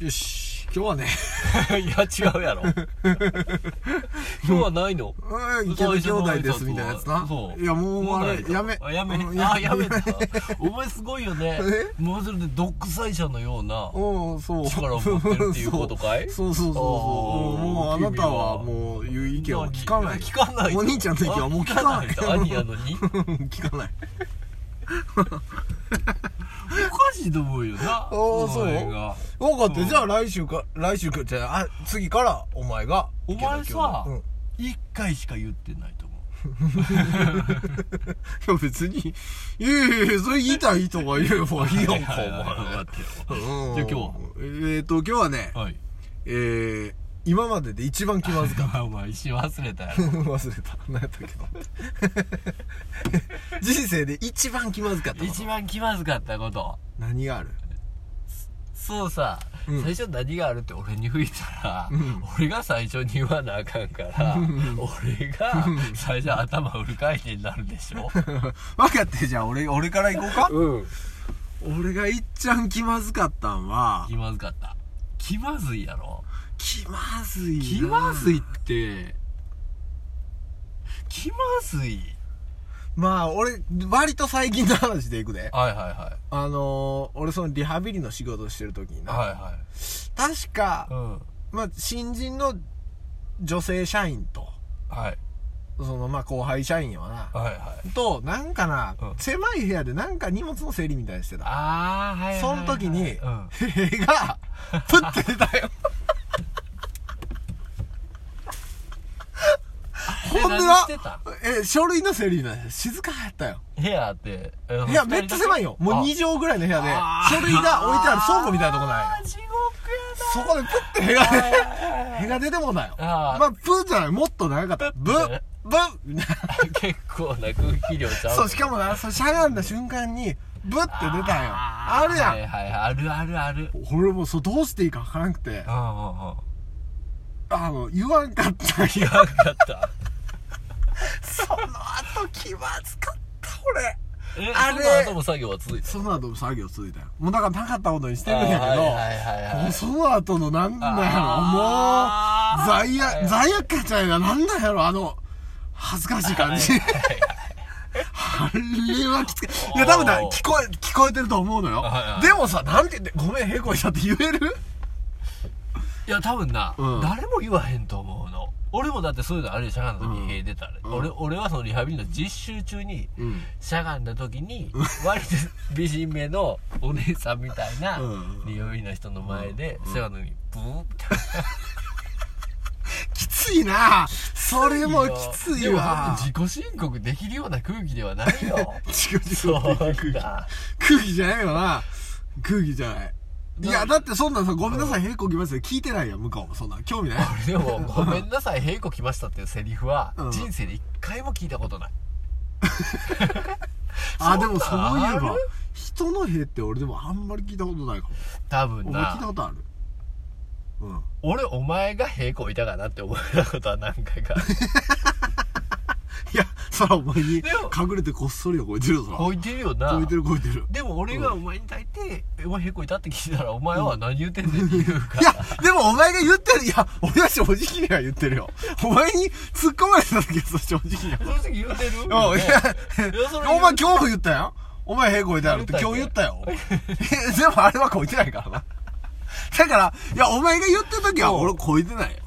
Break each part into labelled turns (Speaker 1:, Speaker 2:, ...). Speaker 1: よし今日はね
Speaker 2: いや違うやろ今日はないの
Speaker 1: うんイケメン兄弟ですみたいなやつな
Speaker 2: そう
Speaker 1: いやもうあれ
Speaker 2: もない
Speaker 1: やめ
Speaker 2: あやめ
Speaker 1: うん
Speaker 2: あや めたお前すごいよね
Speaker 1: え
Speaker 2: もうそれで独裁者のような
Speaker 1: うんそう
Speaker 2: 力を持ってるっていうことかい
Speaker 1: そうそうそうそうそううんもう
Speaker 2: あ
Speaker 1: あ
Speaker 2: ー
Speaker 1: なたはもう言う意見を聞かない
Speaker 2: 聞かない
Speaker 1: お兄ちゃんの意見はもう聞かない
Speaker 2: あ聞かないと兄やのに
Speaker 1: うん聞かない
Speaker 2: おかしいと思うよ な
Speaker 1: ーそう
Speaker 2: お前が
Speaker 1: 分かっ
Speaker 2: う
Speaker 1: た
Speaker 2: ん
Speaker 1: じゃあ来週か来週かじゃああ次からお前が
Speaker 2: お前さ
Speaker 1: うんい
Speaker 2: 一回しか言ってないと思う
Speaker 1: や別にいやいやいやそれ言いたい人が言えばいいやんか
Speaker 2: はいはいはい分かって
Speaker 1: お前
Speaker 2: じゃあ今日は
Speaker 1: えっと今日はね
Speaker 2: るはい
Speaker 1: えー今までで一番気まずかっ
Speaker 2: お前石忘れたや
Speaker 1: た
Speaker 2: ろ
Speaker 1: 忘れた何やったっけな 人生で一番気まずかったこと
Speaker 2: 一番気まずかったこと
Speaker 1: 何がある
Speaker 2: そうさ、
Speaker 1: うん
Speaker 2: 最初何があるって俺に吹いたら、
Speaker 1: ん
Speaker 2: 俺が最初に言わなあかんから、俺が最初頭売る回転になるでしょ
Speaker 1: 分かってじゃあ俺俺から行こうか
Speaker 2: うん
Speaker 1: 俺がいっちゃん気まずかったんは
Speaker 2: 気まずかった気まずいやろ
Speaker 1: 気まずいな
Speaker 2: 気まずいって気まずい
Speaker 1: まあ俺割と最近の話でいくで
Speaker 2: はいはいは
Speaker 1: あのー、俺そのリハビリの仕事してる時に
Speaker 2: い
Speaker 1: な、
Speaker 2: はいはい
Speaker 1: 確か
Speaker 2: う、ん
Speaker 1: まあ、新人の女性社員と
Speaker 2: はい
Speaker 1: そのまあ後輩社員よな
Speaker 2: はいはい
Speaker 1: となんかな、
Speaker 2: うん
Speaker 1: 狭い部屋でなんか荷物の整理みたいにしてた
Speaker 2: ああはいはいはい
Speaker 1: その時に
Speaker 2: うん
Speaker 1: 屁がプッて出たよほんでな
Speaker 2: え何してた
Speaker 1: え書類の整理なんや静かやったよ
Speaker 2: 部屋って
Speaker 1: いや、めっちゃ狭いよ。もう2畳ぐらいの部屋で、書類が置いてある倉庫みたいなとこな
Speaker 2: あ
Speaker 1: い。
Speaker 2: ー地獄
Speaker 1: そこでプッて部屋で、部屋出てもうたよ。
Speaker 2: あー
Speaker 1: まあ、プーじゃない、もっと長かった。ブ
Speaker 2: プ
Speaker 1: ッ
Speaker 2: ー、
Speaker 1: ブッみたい
Speaker 2: やな 結構な空気量ちゃ
Speaker 1: な。
Speaker 2: う
Speaker 1: そう、しかもな、そうしゃがんだ瞬間に、ブッて出たんよ。ある
Speaker 2: はい
Speaker 1: や
Speaker 2: はいはいあるあるあるうんうんうん
Speaker 1: ん。俺もそう、どうしていいかわからなくて、あの、言わんかったん
Speaker 2: 言
Speaker 1: や。
Speaker 2: わんかった
Speaker 1: その後気まずかった、俺。
Speaker 2: え
Speaker 1: あれ
Speaker 2: その後も作業は続いて
Speaker 1: その後も作業続いたよ。もうだからなかったことにしてるんやけど、
Speaker 2: あーはいはいはいはい
Speaker 1: もうその後のなんだ
Speaker 2: あー
Speaker 1: やろ、もう、罪
Speaker 2: は
Speaker 1: 悪、
Speaker 2: いはい
Speaker 1: 罪悪感じゃないな、なんだやろ、あの、恥ずかしい感じ。あれはきつかいや、多分な、
Speaker 2: おー
Speaker 1: 聞こえ、聞こえてると思うのよ。
Speaker 2: はいはい
Speaker 1: でもさ、なんて言って、ごめん、へこいしたって言える
Speaker 2: いや多分な、
Speaker 1: うん
Speaker 2: 誰も言わへんと思うの俺もだってそういうのあるよしゃがんだ時に塀出たら、
Speaker 1: うん
Speaker 2: 俺俺はそのリハビリの実習中に、
Speaker 1: うん
Speaker 2: しゃがんだ時に割と美人目のお姉さんみたいな
Speaker 1: うん
Speaker 2: 匂いの人の前で背話のにブーって
Speaker 1: きついなそれもきつ い
Speaker 2: でもほん
Speaker 1: わ
Speaker 2: と。自己申告できるような空気ではない よ
Speaker 1: 違う違
Speaker 2: そう
Speaker 1: う違う
Speaker 2: なんだ
Speaker 1: 空気じゃないよな空気じゃないいやだってそんなんさごめんなさい平行きますよ聞いてないよ向こうもそんなん興味ない
Speaker 2: 俺でも「ごめんなさい平子来ました」っていうセリフは
Speaker 1: うん
Speaker 2: 人生で一回も聞いたことない
Speaker 1: あでもそ
Speaker 2: そう
Speaker 1: うい
Speaker 2: なん
Speaker 1: え
Speaker 2: あ
Speaker 1: ば
Speaker 2: る
Speaker 1: 人の屁って俺でもあんまり聞いたことないかも
Speaker 2: 多分
Speaker 1: 俺聞いた
Speaker 2: な
Speaker 1: ことあるうん
Speaker 2: 俺お前が平子いたかなって思ったことは何回か ある
Speaker 1: いやそらお前に
Speaker 2: でも
Speaker 1: 隠れてこっそりはこいてるよそら
Speaker 2: こいてるよな
Speaker 1: こいてるこいてる
Speaker 2: でも俺がお前に対して「お前平子いた?」って聞いたら「お前は何言ってんねん」って言うか
Speaker 1: いやでもお前が言ってるいや俺は正直には言ってるよお前に突っ込まれた時は正直には
Speaker 2: その時言 うてる
Speaker 1: うんいや
Speaker 2: いやそれ
Speaker 1: お前今日も言ったよお前屁こいてあるって今日言ったよ えでもあれはこいてないからなだからいやお前が言った時は
Speaker 2: うん
Speaker 1: 俺こいてないよ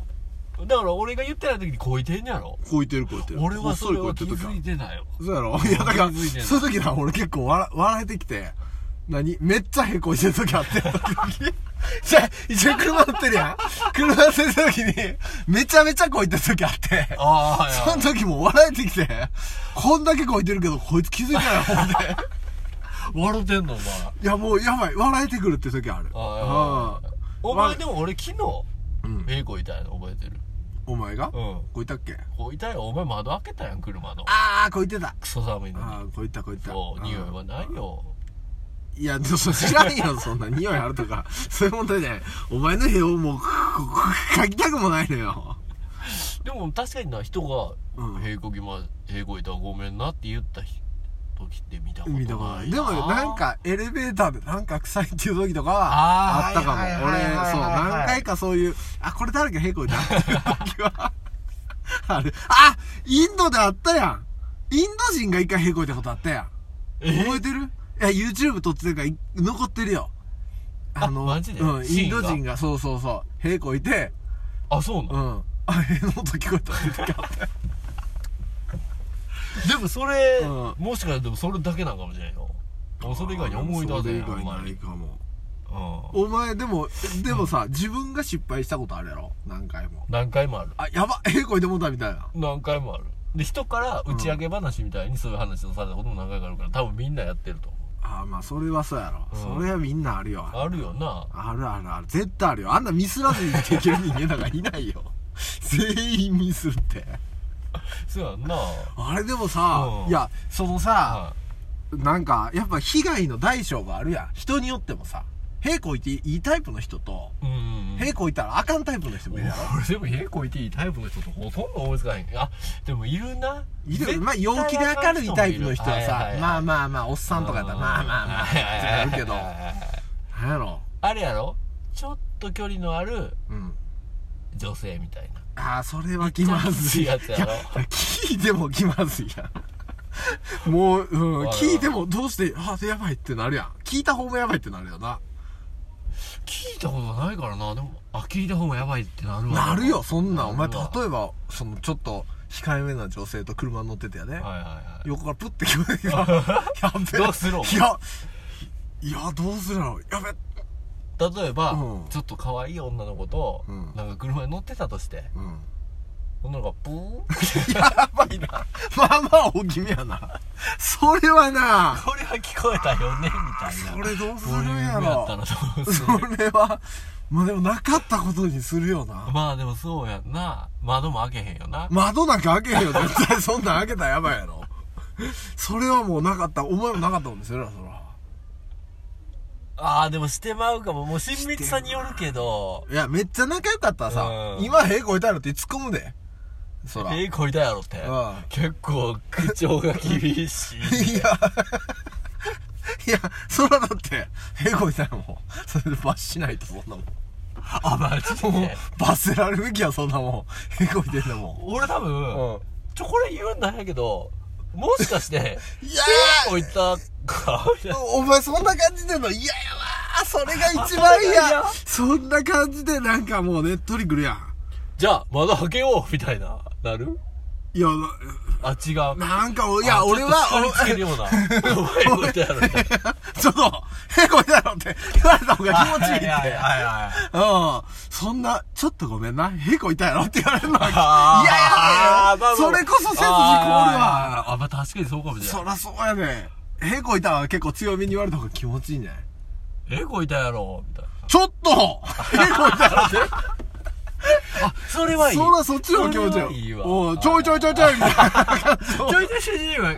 Speaker 2: だから俺が言ってない時にこいてんやろ
Speaker 1: こいてるこいてる
Speaker 2: 俺はそれ
Speaker 1: こ
Speaker 2: を
Speaker 1: っそ
Speaker 2: 気
Speaker 1: りこいてる時は
Speaker 2: づいてないよ
Speaker 1: そうやろいやだから
Speaker 2: 気づいてない
Speaker 1: その時な俺結構笑笑えてきて何めっちゃへこいてる時あって時 じゃあ一緒に車乗ってるやん車乗ってる時にめちゃめちゃこいてる時あって
Speaker 2: ああはい
Speaker 1: その時も笑えてきてこんだけこいてるけどこいつ気づいてないほんで
Speaker 2: 笑ってんのお前
Speaker 1: いやもうやばい笑えてくるって時ある
Speaker 2: ああお
Speaker 1: ま
Speaker 2: 前
Speaker 1: あ
Speaker 2: でも俺昨日
Speaker 1: うん
Speaker 2: 英子いたやの覚えてる
Speaker 1: お前が
Speaker 2: う
Speaker 1: こ
Speaker 2: ん
Speaker 1: ういたっけ
Speaker 2: こういたよお前窓開けたやん車の
Speaker 1: ああこういてた
Speaker 2: クソ寒いの
Speaker 1: あ
Speaker 2: に
Speaker 1: あこういったこういった
Speaker 2: そう匂い
Speaker 1: うん
Speaker 2: はないよ
Speaker 1: いやでもそれ知らんよそんな匂いあるとか そういう問題じゃないお前の部屋をもう書きたくもないのよ
Speaker 2: でも確かにな人が
Speaker 1: うん
Speaker 2: 「平子ぎま平子いたごめんな」って言った日時って見たことない
Speaker 1: 見
Speaker 2: な
Speaker 1: たことないでもなんかエレベーターでなんか臭いっていう時とかは
Speaker 2: あー
Speaker 1: あったかも
Speaker 2: はいはいはい
Speaker 1: 俺
Speaker 2: はいはい
Speaker 1: そう
Speaker 2: はい
Speaker 1: 何回かそういうあこれ誰かへこいたっていう時は あるあインドであったやんインド人が一回へこいたことあったやん
Speaker 2: え
Speaker 1: 覚えてるいや YouTube 撮ってるからい残ってるよ
Speaker 2: あマジで
Speaker 1: うん、
Speaker 2: シ
Speaker 1: イ
Speaker 2: ーン
Speaker 1: ン
Speaker 2: が
Speaker 1: ド人がそうそうそうへこいて
Speaker 2: あそうな
Speaker 1: う
Speaker 2: の、
Speaker 1: んあへの音聞こえたって時あったよ
Speaker 2: でもそれ、
Speaker 1: うん
Speaker 2: もしかしたらでもそれだけなんかもしれないよ もうそれ以外に思い出
Speaker 1: そ
Speaker 2: せ
Speaker 1: れ以
Speaker 2: ない
Speaker 1: 外
Speaker 2: ほんま
Speaker 1: な
Speaker 2: に
Speaker 1: いかも
Speaker 2: うん
Speaker 1: お前でもでもさ、自分が失敗したことあるやろ何回も
Speaker 2: 何回もある
Speaker 1: あやば ええ声でもうたみたいな
Speaker 2: 何回もあるで人から打ち上げ話みたいにそういう話をされたことも何回かあるから多分みんなやってると思
Speaker 1: あまあそれはそうやろ、
Speaker 2: うん
Speaker 1: それはみんなあるよ
Speaker 2: うあるよな
Speaker 1: あるあるある絶対あるよあんなミスらずに生きていける人間なんかいないよ 全員ミスって
Speaker 2: そうやんな
Speaker 1: あれでもさ、
Speaker 2: うん
Speaker 1: いやそのさ、
Speaker 2: は
Speaker 1: なんかやっぱ被害の大小があるやん人によってもさ屁こいていいタイプの人と
Speaker 2: いうんうんうん
Speaker 1: 屁こいたらあかんタイプの人もいるやろ
Speaker 2: 俺でも家こいていいタイプの人とほとんど思いつかへんあでもいるない
Speaker 1: るまあ陽気で明るいタイプの人はさまあ
Speaker 2: ま
Speaker 1: まあまあおっさんとかやったらまあまあまあってなるけどなんやろ
Speaker 2: あれやろちょっと距離のある
Speaker 1: うん
Speaker 2: 女性みたいな
Speaker 1: ああそれは気まずい
Speaker 2: めっちゃきついやつやろ
Speaker 1: い聞いても気まずいやんもう、うん、
Speaker 2: わかる
Speaker 1: 聞いてもどうしてああやばいってなるやん聞いた方もやばいってなるよな
Speaker 2: 聞いたことないからなでもあ聞いた方がやばいってなるわ
Speaker 1: なるよそんなんお前
Speaker 2: る
Speaker 1: 例
Speaker 2: わ
Speaker 1: えばそのちょっと控えめな女性と車乗っててやで、
Speaker 2: はいはいはい
Speaker 1: 横からプッて聞こえてきたやべえ
Speaker 2: どうする
Speaker 1: いやいやどうするやろやべえ
Speaker 2: 例えば、
Speaker 1: うん
Speaker 2: ちょっと可愛い女の子と、
Speaker 1: うん
Speaker 2: なんか車に乗ってたとして
Speaker 1: うん
Speaker 2: 女の子がブー
Speaker 1: やばいな。まあまあ大きめやな。それはな、
Speaker 2: これは聞こえたよねみたいな
Speaker 1: それどうする
Speaker 2: ボリュ
Speaker 1: んや
Speaker 2: ームやった
Speaker 1: ろ
Speaker 2: ら。どうす
Speaker 1: そ
Speaker 2: る
Speaker 1: れは、まあでもなかったことにするよな。
Speaker 2: まあでもそうやんな窓も開けへんよな
Speaker 1: 窓なんか開けへんよ。絶対そんなん開けたらやばいやろ。それはもうなかった。お前もなかったことにするよ、そら。
Speaker 2: ああでもしてまうかももう親密さによるけど
Speaker 1: いや、めっちゃ仲良かったらさ、
Speaker 2: うん
Speaker 1: 今、へこいたろって突っ込むで。そら。い
Speaker 2: えこいたやろって
Speaker 1: うん
Speaker 2: 結構口調が厳 しい
Speaker 1: や、いや、そらだって、へこいたらもう、それで罰しないと、そんなもん。
Speaker 2: あマジ
Speaker 1: もう
Speaker 2: で、
Speaker 1: 罰せられるべきや、そんなもん。へ こいてんだもん。
Speaker 2: 俺多分、
Speaker 1: うん
Speaker 2: ちょこれ言うんだけどもしかして
Speaker 1: いや
Speaker 2: えこいたかみたいな
Speaker 1: お前そんな感じでの嫌やわーそれが一番
Speaker 2: あ
Speaker 1: 嫌
Speaker 2: 嫌
Speaker 1: そんな感じでなんかもうねっとりくるやん。
Speaker 2: じゃあ窓開けようみたいななる
Speaker 1: いや、
Speaker 2: あ違う
Speaker 1: ななんかお、い
Speaker 2: い
Speaker 1: や、俺は、
Speaker 2: つけるようなお前こいたやろ みたいな
Speaker 1: おちょっと、へこいだろって言われた方が気持ちいいって。
Speaker 2: は
Speaker 1: うん。そんな、ちょっとごめんな、へこいたやろって言われるのは、い
Speaker 2: あー
Speaker 1: やいやそれこそ背筋凍る
Speaker 2: あ
Speaker 1: わ。
Speaker 2: ーあーあーまあ確かにそうかもしれ
Speaker 1: そ
Speaker 2: ない
Speaker 1: らそうやね。へこいたは結構強めに言われた方が気持ちいいんじゃない
Speaker 2: えこいたやろみたいな
Speaker 1: ちょっとへこいたやろって。
Speaker 2: あそれはい い
Speaker 1: そらそっちの方が気持ち
Speaker 2: それはい
Speaker 1: い
Speaker 2: い
Speaker 1: よ。
Speaker 2: わ
Speaker 1: おうちょいちょいちょいちょいみたいな感じの
Speaker 2: ちょいちょい主人は、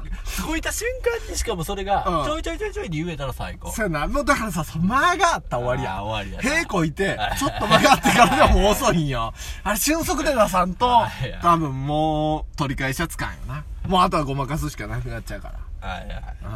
Speaker 2: こういった瞬間にしかもそれ
Speaker 1: う
Speaker 2: が
Speaker 1: ん、
Speaker 2: ちょいちょいちょいちょいって言えたら最高。
Speaker 1: そうやな。もうだからさ、その間があったら終わりや。
Speaker 2: あー終わりやな
Speaker 1: 平行いて、ちょっと間があってからでも遅いんよ。あれ、俊足で出さんと
Speaker 2: いはい、
Speaker 1: 多分もう、取り返しはつかんよな。もうあとはごまかすしかなくなっちゃうから。
Speaker 2: はいはいはい
Speaker 1: うん。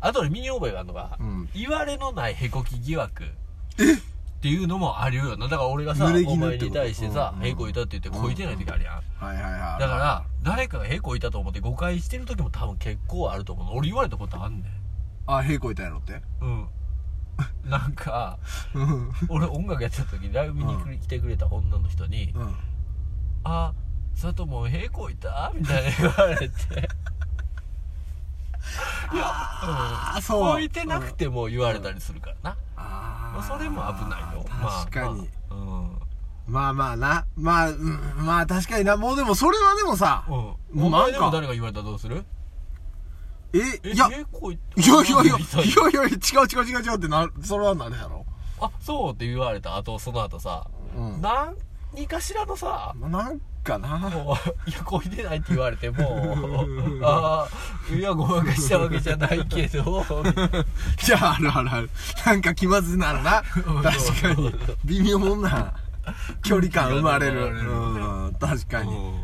Speaker 2: あとで身に覚えがあるのが
Speaker 1: うん、
Speaker 2: 言われのないへこき疑惑。っていうのもあるよな。だから俺がさ、
Speaker 1: 濡れ衣
Speaker 2: お前
Speaker 1: って
Speaker 2: に
Speaker 1: こと
Speaker 2: 対してさ
Speaker 1: う、ん
Speaker 2: へこいたって言ってこいてない時あるやん。
Speaker 1: はいはいはい。
Speaker 2: だから、誰かがへこいたと思って誤解してる時も多分結構あると思うの。俺言われたことあんね
Speaker 1: ら、あ、平行いたやろって。
Speaker 2: ん。うん。なんか、
Speaker 1: うん。うん。
Speaker 2: 俺音楽やってた時、ライブに来る来てくれた女の人に、あ、佐藤もう平行いたみたいな言わ れて。いや、
Speaker 1: あ、
Speaker 2: うん。
Speaker 1: そう。
Speaker 2: 置いてなくても言われたりするからな。
Speaker 1: あー
Speaker 2: それも危ないよ。まあ
Speaker 1: 確かに。。
Speaker 2: まあ
Speaker 1: まあまあな。まあ、うんまあ確かにな。もうでも、それはでもさ、
Speaker 2: うん。うん。お
Speaker 1: もうな
Speaker 2: 前
Speaker 1: ん
Speaker 2: で
Speaker 1: か
Speaker 2: も誰が言われたらどうする
Speaker 1: え、
Speaker 2: え、
Speaker 1: いや、
Speaker 2: 平行いた
Speaker 1: いやいやいや、いや
Speaker 2: みたない
Speaker 1: やいや、違う違う違う違うってな、それはなるやろ。
Speaker 2: あ、そうって言われた後、その後さ、
Speaker 1: うん。
Speaker 2: 何かしらのさ、
Speaker 1: まあなんかな。
Speaker 2: もういや、こいでないって言われて も、ああ、いや、ごまかしたわけじゃないけ ど、みたいな
Speaker 1: じゃあ、あるあるある。なんか気まずいなるな。
Speaker 2: うん
Speaker 1: 確かに。微妙な距離感生まれる。
Speaker 2: 距離感生
Speaker 1: うん、確か
Speaker 2: う
Speaker 1: に。
Speaker 2: ん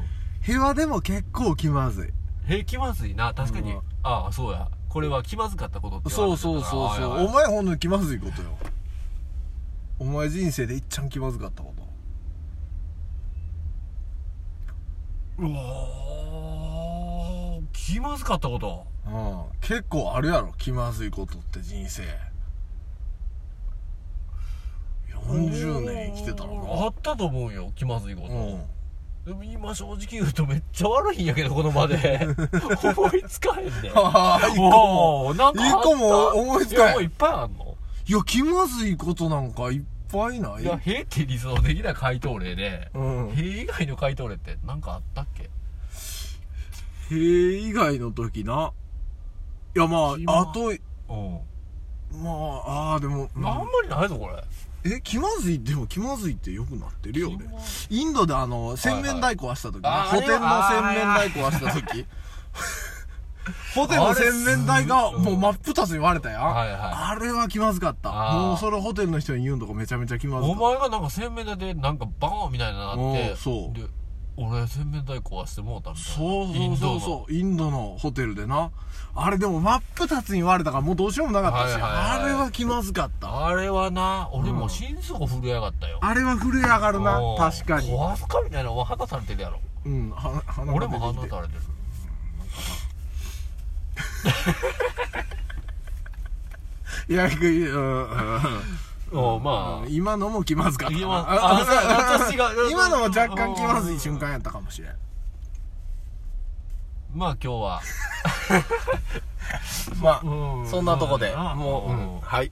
Speaker 1: 平和でも結構気まずい。
Speaker 2: 平気まずいな確かに、
Speaker 1: うん
Speaker 2: ああそうやこれは気まずかったことって
Speaker 1: そうそうそう
Speaker 2: あ
Speaker 1: そ
Speaker 2: る
Speaker 1: う。
Speaker 2: んだ
Speaker 1: お前ほんの気まずいことよ。お前人生でいっちゃん気まずかったこと。
Speaker 2: おおー気まずかったこと
Speaker 1: うん。結構あるやろ、気まずいことって人生。40年生きてた
Speaker 2: あ
Speaker 1: の
Speaker 2: ったと思うよ気まずいこ
Speaker 1: な。 うん。
Speaker 2: と、でも今正直言うとめっちゃ悪いんやけどこの場 で思いつかへ んで
Speaker 1: ああ、一個も。
Speaker 2: おーなんかあった
Speaker 1: 一個も思いつかへん
Speaker 2: やもういっぱいあんの
Speaker 1: いや、気まずいことなんかいっぱいない
Speaker 2: いや「へ」って理想的な回答例で
Speaker 1: う
Speaker 2: 「へ」
Speaker 1: ん。
Speaker 2: 以外の回答例って何かあったっけ
Speaker 1: へえ以外の時な。いや、ま
Speaker 2: 気
Speaker 1: あ、
Speaker 2: ま
Speaker 1: あと、
Speaker 2: うん
Speaker 1: まあ、ああ、でも、う
Speaker 2: あ
Speaker 1: ん
Speaker 2: んまりないぞこれ
Speaker 1: え、気まずい、でも気まずいってよくなってるよね
Speaker 2: 気ま。
Speaker 1: インドであの、洗面台壊した時ね、
Speaker 2: あー
Speaker 1: 補填の洗面台壊した 時。ホテルの洗面台がもう真っ二つに割れたやん、
Speaker 2: はいはい
Speaker 1: あれは気まずかった
Speaker 2: あー
Speaker 1: もうそれホテルの人に言うんとかめちゃめちゃ気まずか
Speaker 2: お
Speaker 1: っ
Speaker 2: 前がなんか洗面台でなんかバーンみたいなのあっ
Speaker 1: う
Speaker 2: て
Speaker 1: んそう
Speaker 2: で俺洗面台壊してもうたみ
Speaker 1: た
Speaker 2: たいな
Speaker 1: そう
Speaker 2: イ
Speaker 1: そう
Speaker 2: ンド
Speaker 1: そ
Speaker 2: の
Speaker 1: うそうインドのホテルでなあれでも真っ二つに割れたからもうどうしようもなかったし、
Speaker 2: はいはいはい
Speaker 1: あれは気まずかった
Speaker 2: あれはな俺もう心底震えやがったよ、
Speaker 1: あれは震え上がるな
Speaker 2: おー
Speaker 1: 確かに
Speaker 2: 壊すかみたいなお前肌されてるやろ
Speaker 1: うんは鼻が
Speaker 2: 俺
Speaker 1: 出て
Speaker 2: も
Speaker 1: き
Speaker 2: 肌
Speaker 1: て
Speaker 2: されてる
Speaker 1: いや、いくうんうん
Speaker 2: おまあ
Speaker 1: 今のも気まずかったな。
Speaker 2: 今 あそうや私が
Speaker 1: 今のも若干気まずい瞬間やったかもしれん。
Speaker 2: まあ今日は
Speaker 1: ま
Speaker 2: うん
Speaker 1: あ、そんなとこで、
Speaker 2: うん
Speaker 1: もう、うんはい。